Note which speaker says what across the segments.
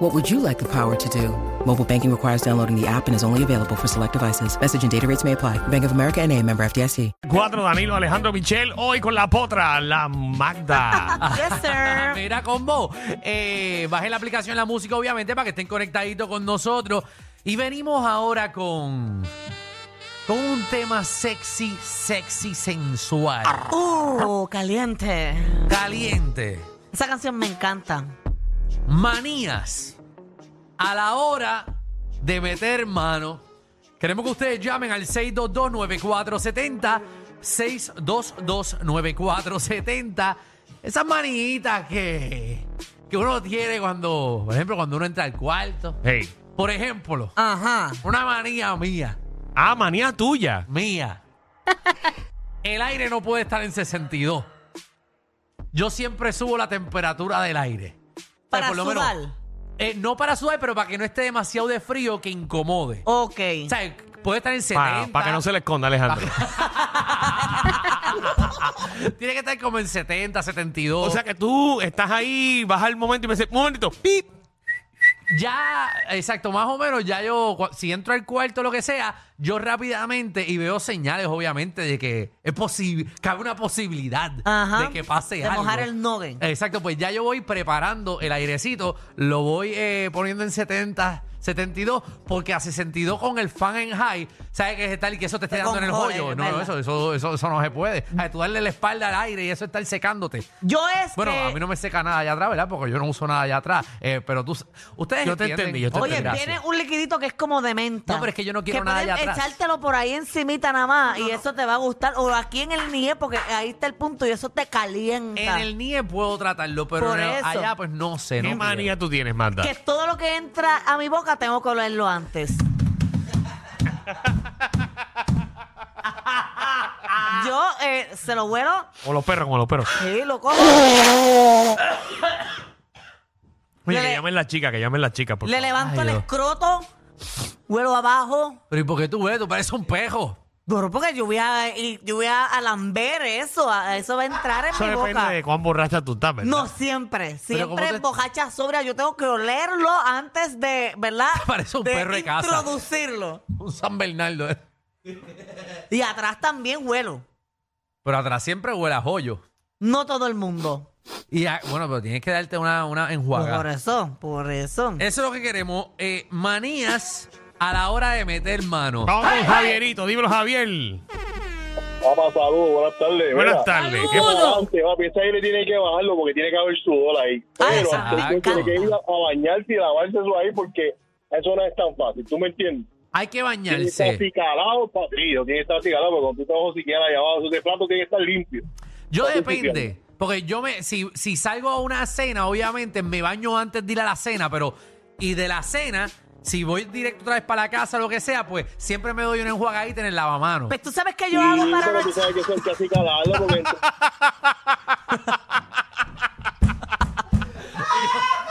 Speaker 1: What would you like the power to do? Mobile banking requires downloading the app and is only available for select devices. Message and data rates may apply. Bank of America and a member FDIC.
Speaker 2: Cuatro, Danilo, Alejandro, Michel, hoy con la potra, la Magda.
Speaker 3: Yes,
Speaker 4: Ah,
Speaker 3: sir.
Speaker 4: Mira, combo, eh, bajen la aplicación La Música, obviamente, para que estén conectaditos con nosotros. Y venimos ahora con, con un tema sexy, sexy, sensual,
Speaker 3: Uh, caliente.
Speaker 4: caliente.
Speaker 3: Esa canción me encanta.
Speaker 4: Manías a la hora de meter mano. Queremos que ustedes llamen al 622-9470. 622-9470. Esas manitas que, que uno tiene cuando, por ejemplo, cuando uno entra al cuarto.
Speaker 2: Hey.
Speaker 4: Por ejemplo,
Speaker 3: Ajá.
Speaker 4: una manía mía,
Speaker 2: Ah, manía tuya.
Speaker 4: mía. El aire no puede estar en 62. Yo siempre subo la temperatura del aire. O sea,
Speaker 3: Para
Speaker 4: por lo menos-
Speaker 3: sudar.
Speaker 4: eh, no para sudar, pero para que no esté demasiado de frío que incomode.
Speaker 3: Ok.
Speaker 4: O sea, puede estar en 70.
Speaker 2: Ah, Para que no se le esconda, Alejandro.
Speaker 4: Tiene que estar como en 70, 72.
Speaker 2: o sea que tú estás ahí, baja el momento y me dices, un momentito, pip.
Speaker 4: ya, exacto, más o menos, ya yo, cua- si entro al cuarto o lo que sea, yo rápidamente y veo señales, obviamente, de que es posible, cabe una posibilidad
Speaker 3: Ajá.
Speaker 4: de que pase
Speaker 3: De
Speaker 4: algo.
Speaker 3: mojar el noggin.
Speaker 4: Exacto, pues ya yo voy preparando el airecito, lo voy eh, poniendo en 70, 72, porque a 62 con el fan en high, ¿sabes qué es tal y que eso te esté
Speaker 3: Te
Speaker 4: dando en el
Speaker 3: congela,
Speaker 4: hoyo?
Speaker 3: es
Speaker 4: No,
Speaker 3: verdad.
Speaker 4: eso, eso, eso, eso no se puede. A ver, tú darle la espalda al aire y eso estar secándote.
Speaker 3: Yo es
Speaker 4: Bueno,
Speaker 3: que-
Speaker 4: a mí no me seca nada allá atrás, ¿verdad? Porque yo no uso nada allá atrás. Eh, pero tú, ustedes
Speaker 2: Yo te
Speaker 4: entienden.
Speaker 2: entendí, yo te
Speaker 3: Oye,
Speaker 2: entendí.
Speaker 3: tiene un liquidito que es como de menta.
Speaker 4: No, pero es que yo no quiero
Speaker 3: que
Speaker 4: nada
Speaker 3: puedes
Speaker 4: allá atrás.
Speaker 3: echártelo por ahí encimita nada más y eso te va a gustar. O aquí en el NIE porque ahí está el punto y eso te calienta.
Speaker 4: En el NIE puedo tratarlo, pero
Speaker 3: Por
Speaker 4: en el-
Speaker 3: eso.
Speaker 4: allá pues no sé.
Speaker 2: ¿Qué
Speaker 4: no
Speaker 2: manía tú tienes, Magda?
Speaker 3: Que todo lo que entra a mi boca tengo que olerlo antes. Yo eh, se lo vuelo
Speaker 2: O los perros, como los perros.
Speaker 3: Sí, lo cojo.
Speaker 2: Oye,
Speaker 3: Le-
Speaker 2: que llamen las chicas, que llamen las chicas. por
Speaker 3: Le
Speaker 2: favor.
Speaker 3: levanto
Speaker 4: Ay,
Speaker 3: el
Speaker 4: Dios.
Speaker 3: escroto, vuelo abajo.
Speaker 4: Pero ¿y por qué tú ves? Tú pareces un pejo.
Speaker 3: Bueno, porque yo voy a, y- yo voy a, a lamber eso, a- eso va a entrar en
Speaker 2: Eso
Speaker 3: mi
Speaker 2: depende
Speaker 3: boca.
Speaker 2: de cuán borracha tú estás, ¿verdad?
Speaker 3: No siempre,
Speaker 4: Pero
Speaker 3: siempre
Speaker 4: ¿cómo te-
Speaker 3: bocacha sobria. Yo tengo que olerlo antes de, ¿verdad?
Speaker 4: Parece un
Speaker 3: de
Speaker 4: perro de casa.
Speaker 3: Introducirlo.
Speaker 4: Un San Bernardo. ¿eh?
Speaker 3: Y atrás también huelo.
Speaker 4: Pero atrás siempre huele a joyo.
Speaker 3: No todo el mundo.
Speaker 4: Y ah, bueno, pero tienes que darte una, una
Speaker 3: Por
Speaker 4: enjuagada.
Speaker 3: eso, por eso.
Speaker 4: Eso es lo que queremos. eh, manías a la hora de meter mano.
Speaker 2: Vamos con Javierito, dímelo, Javier.
Speaker 5: Papá, saludos, buenas tardes.
Speaker 2: Buenas
Speaker 5: Mira,
Speaker 2: tardes.
Speaker 4: ¡Saludos!
Speaker 2: ¿Qué-
Speaker 5: Adelante, papi, ese aire tiene que bajarlo porque tiene que haber sudor ahí. Pero
Speaker 3: Ah, exacto.
Speaker 5: usted tiene que ir a, a bañarse y lavarse eso ahí porque eso no es tan fácil, ¿tú me entiendes?
Speaker 4: Hay que
Speaker 5: Tiene que estar
Speaker 4: bañarse.
Speaker 5: acicalado, papillo, tiene que estar acicalado porque cuando tú te vas a siquiera allá abajo, ese plato tiene que estar limpio.
Speaker 4: Yo
Speaker 5: está
Speaker 4: depende.
Speaker 5: difícil.
Speaker 4: Porque yo me, si, si salgo a una cena, obviamente me baño antes de ir a la cena, pero, y de la cena, si voy directo otra vez para la casa, lo que sea, pues siempre me doy una enjuagadita en el lavamanos.
Speaker 3: Pues tú sabes que yo hago
Speaker 5: Sí,
Speaker 3: para
Speaker 5: pero
Speaker 3: no
Speaker 5: tú sabes que eso hay que acicalarlo porque entonces-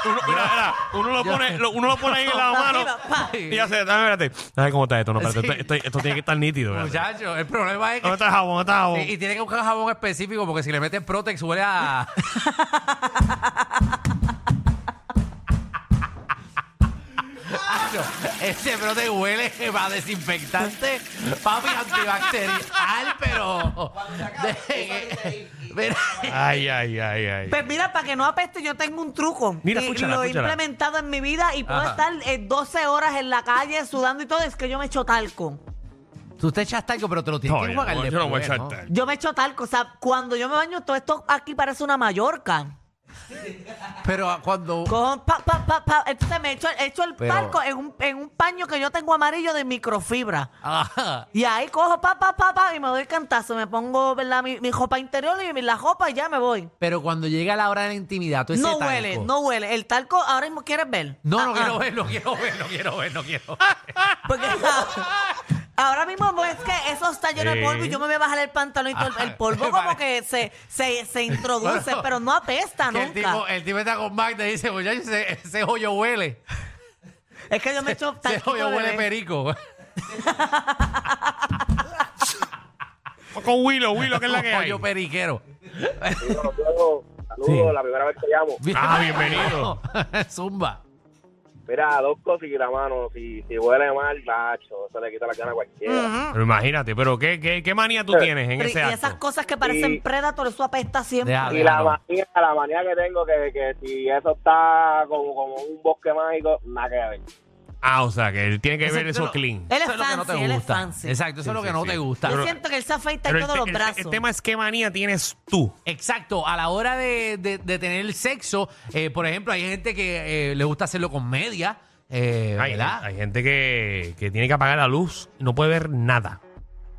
Speaker 2: Uno, mira, mira, uno lo pone, lo- uno lo pone ahí en la mano.
Speaker 3: Pa.
Speaker 2: Y ya se, dame, espérate. Dame cómo está esto. No, espérate,
Speaker 4: Sí.
Speaker 2: esto, esto- esto tiene que estar nítido. espérate.
Speaker 4: Muchachos, el problema es que.
Speaker 2: ¿Dónde está el jabón? ¿Dónde está el jabón?
Speaker 4: Y, y tiene que buscar jabón específico porque si le meten Protex huele a. Acho, Ese Protex huele a desinfectante, papi antibacterial, pero. Mira,
Speaker 2: Ay, ay, ay, ay.
Speaker 3: Pues mira, para que no apeste, yo tengo un truco.
Speaker 2: Mira,
Speaker 3: Y
Speaker 2: escúchala,
Speaker 3: lo he
Speaker 2: escúchala.
Speaker 3: implementado en mi vida y puedo
Speaker 4: Ajá.
Speaker 3: estar eh, 12 horas en la calle sudando y todo. Es que yo me echo talco.
Speaker 4: Tú te echas talco, pero te lo tienes
Speaker 2: No,
Speaker 4: que
Speaker 2: yo
Speaker 4: jugar
Speaker 2: no- yo no voy a echar talco.
Speaker 3: Yo me echo talco. O sea, cuando yo me baño, todo esto aquí parece una Mallorca.
Speaker 4: Pero cuando.
Speaker 3: Con pa, pa, pa, pa. Entonces me echo, echo el
Speaker 4: Pero-
Speaker 3: talco en un, en un paño que yo tengo amarillo de microfibra.
Speaker 4: Ajá.
Speaker 3: Y ahí cojo pa, pa, pa, pa, y me doy cantazo. Me pongo, ¿verdad? Mi, mi ropa interior y mi- la ropa y ya me voy.
Speaker 4: Pero cuando llega la hora de la intimidad, tú ese
Speaker 3: No
Speaker 4: talco-
Speaker 3: huele, no huele. El talco, ahora mismo quieres ver.
Speaker 4: No,
Speaker 3: Ah,
Speaker 4: no
Speaker 3: ah.
Speaker 4: quiero ver, no quiero ver, no quiero ver, no quiero ver.
Speaker 3: Porque Ahora mismo pues, es que eso está lleno de polvo y
Speaker 2: Sí.
Speaker 3: yo me voy a bajar el pantalón y todo el, el polvo como que se, se, se introduce,
Speaker 4: Ah, Bueno,
Speaker 3: pero no apesta
Speaker 4: Que el, tipo,
Speaker 3: Ah, nunca.
Speaker 4: el tipo está con Magda y dice, muchachos, ese, ese hoyo huele.
Speaker 3: Es que yo me echo
Speaker 4: Ese
Speaker 3: taquito
Speaker 4: hoyo
Speaker 3: de
Speaker 4: huele
Speaker 3: bebé.
Speaker 4: perico.
Speaker 2: Con Willow, Willow, que es la que hay.
Speaker 4: hoyo periquero.
Speaker 5: Saludos, saludos,
Speaker 4: Sí.
Speaker 5: la primera vez que llamo.
Speaker 2: Ah, bienvenido.
Speaker 4: Zumba.
Speaker 5: Mira, dos cositas, mano. Si, si huele mal, macho, se le quita la cara a cualquiera.
Speaker 3: Ujú.
Speaker 2: Pero imagínate, pero ¿qué, qué, qué manía tú tienes en
Speaker 3: Pero
Speaker 2: ese
Speaker 3: y esas
Speaker 2: acto?
Speaker 3: cosas que parecen
Speaker 5: Y-
Speaker 3: predator, eso apesta siempre.
Speaker 4: Deja,
Speaker 5: Y la
Speaker 4: Ah, déjalo.
Speaker 5: manía, la manía que tengo, que, que si eso está como, como un bosque mágico, nada que ver.
Speaker 2: Ah, o sea, que él tiene que
Speaker 4: Ese-
Speaker 2: ver eso
Speaker 4: pero-
Speaker 2: clean.
Speaker 3: Él es
Speaker 4: Eso es lo que no
Speaker 3: fancy, él
Speaker 4: te
Speaker 3: es
Speaker 4: gusta.
Speaker 3: fancy.
Speaker 4: Exacto, eso es lo
Speaker 2: Sí,
Speaker 4: que
Speaker 2: sí,
Speaker 4: no
Speaker 2: sí.
Speaker 4: te gusta.
Speaker 3: Yo
Speaker 2: Pero-
Speaker 3: siento que él se afeita en
Speaker 2: Pero el,
Speaker 3: todos los
Speaker 2: el-
Speaker 3: brazos.
Speaker 2: el tema es qué manía tienes tú.
Speaker 4: Exacto, a la hora de, de- de tener sexo, eh, por ejemplo, hay gente que eh, le gusta hacerlo con media, eh,
Speaker 2: Hay,
Speaker 4: ¿verdad?
Speaker 2: hay gente que, que tiene que apagar la luz y no puede ver nada,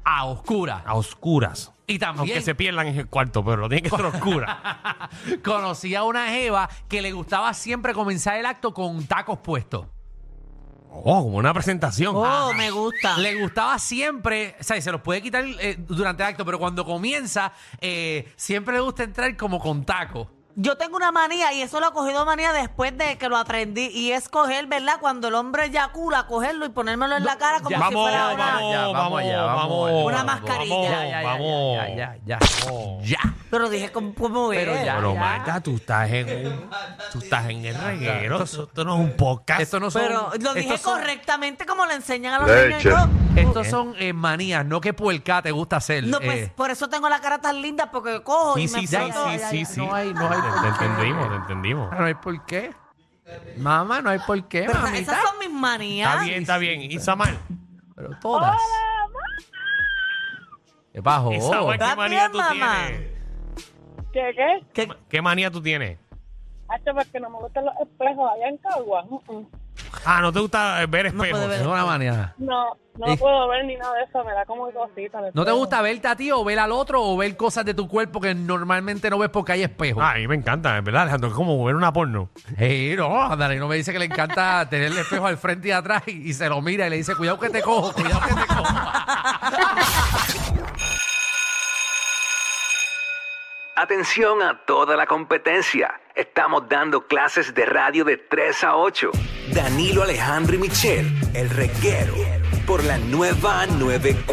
Speaker 4: A oscura.
Speaker 2: a oscuras.
Speaker 4: Y
Speaker 2: Aunque
Speaker 4: también
Speaker 2: se pierdan en el cuarto, pero lo tiene que estar oscura.
Speaker 4: conocí a una jeva que le gustaba siempre comenzar el acto con tacos puestos.
Speaker 2: Oh, como una presentación. Ah,
Speaker 3: Oh, me gusta.
Speaker 4: Ah. Le gustaba siempre, o sea, y se los puede quitar eh, durante el acto, pero cuando comienza, eh, siempre le gusta entrar como con tacos.
Speaker 3: Yo tengo una manía y eso lo he cogido manía después de que lo aprendí y es coger, ¿verdad? Cuando el hombre eyacula, cogerlo y ponérmelo en la cara como si
Speaker 2: vamos, vamos,
Speaker 3: fuera una...
Speaker 4: ya,
Speaker 2: vamos,
Speaker 4: vamos
Speaker 2: vamos,
Speaker 4: allá, vamos allá.
Speaker 2: vamos.
Speaker 3: Una
Speaker 2: Vamos,
Speaker 3: mascarilla. Ya,
Speaker 2: vamos.
Speaker 4: ya, ya, ya, ya.
Speaker 2: Vamos.
Speaker 4: Ya.
Speaker 3: Pero dije, ¿cómo, cómo es?
Speaker 4: Pero ya.
Speaker 2: Pero Magda, tú estás en un, tú estás en el reguero. Eso, esto no es un podcast.
Speaker 4: Esto no son-
Speaker 3: Ah, Pero lo dije
Speaker 4: estos son-
Speaker 3: correctamente como le enseñan a los niños.
Speaker 5: Leche.
Speaker 3: y todo.
Speaker 4: Estos son eh, manías, no que puerca te gusta hacer.
Speaker 3: No, pues
Speaker 4: eh.
Speaker 3: por eso tengo la cara tan linda porque cojo y
Speaker 2: Sí,
Speaker 3: me
Speaker 2: sí, sí,
Speaker 3: froto,
Speaker 2: sí,
Speaker 3: ya,
Speaker 2: sí,
Speaker 3: ya.
Speaker 2: sí.
Speaker 4: No hay- no hay
Speaker 2: Te-
Speaker 4: por
Speaker 2: Te
Speaker 4: qué.
Speaker 2: entendimos, te entendimos.
Speaker 4: Ah, No hay por qué. Mamá, no hay por qué,
Speaker 3: Pero esas-
Speaker 4: mamita.
Speaker 3: esas son mis manías.
Speaker 2: Está bien, está bien. Isamar,
Speaker 4: Pero todas. ¿Qué pasó?
Speaker 2: Isamar, ¿qué
Speaker 3: Oh. Está
Speaker 2: manía
Speaker 3: bien,
Speaker 2: tú
Speaker 3: mamá.
Speaker 2: tienes?
Speaker 6: ¿Qué, qué?
Speaker 3: Que-
Speaker 2: ¿Qué manía tú tienes?
Speaker 6: Hacho, porque no me gustan los espejos allá en Cagua. Mm, mm.
Speaker 2: Ah, ¿no te gusta eh, ver
Speaker 3: No puede
Speaker 2: espejos?
Speaker 4: Es una manía.
Speaker 6: No, no
Speaker 4: Eh.
Speaker 6: puedo ver ni nada de eso, me da como cosita.
Speaker 4: ¿No
Speaker 5: Eh.
Speaker 4: te gusta verte a ti o ver al otro o ver cosas de tu cuerpo que normalmente no ves porque hay espejo?
Speaker 2: Ah, a mí me encanta, es verdad, Alejandro. Es como ver una porno.
Speaker 4: Ey, no, ándale, no me dice que le encanta tener el espejo al frente y atrás y, y se lo mira y le dice, cuidado que te cojo, cuidado que te cojo.
Speaker 7: Atención a toda la competencia. Estamos dando clases de radio de 3 a 8. Danilo Alejandro y Michel, el reguero, por la nueva 94.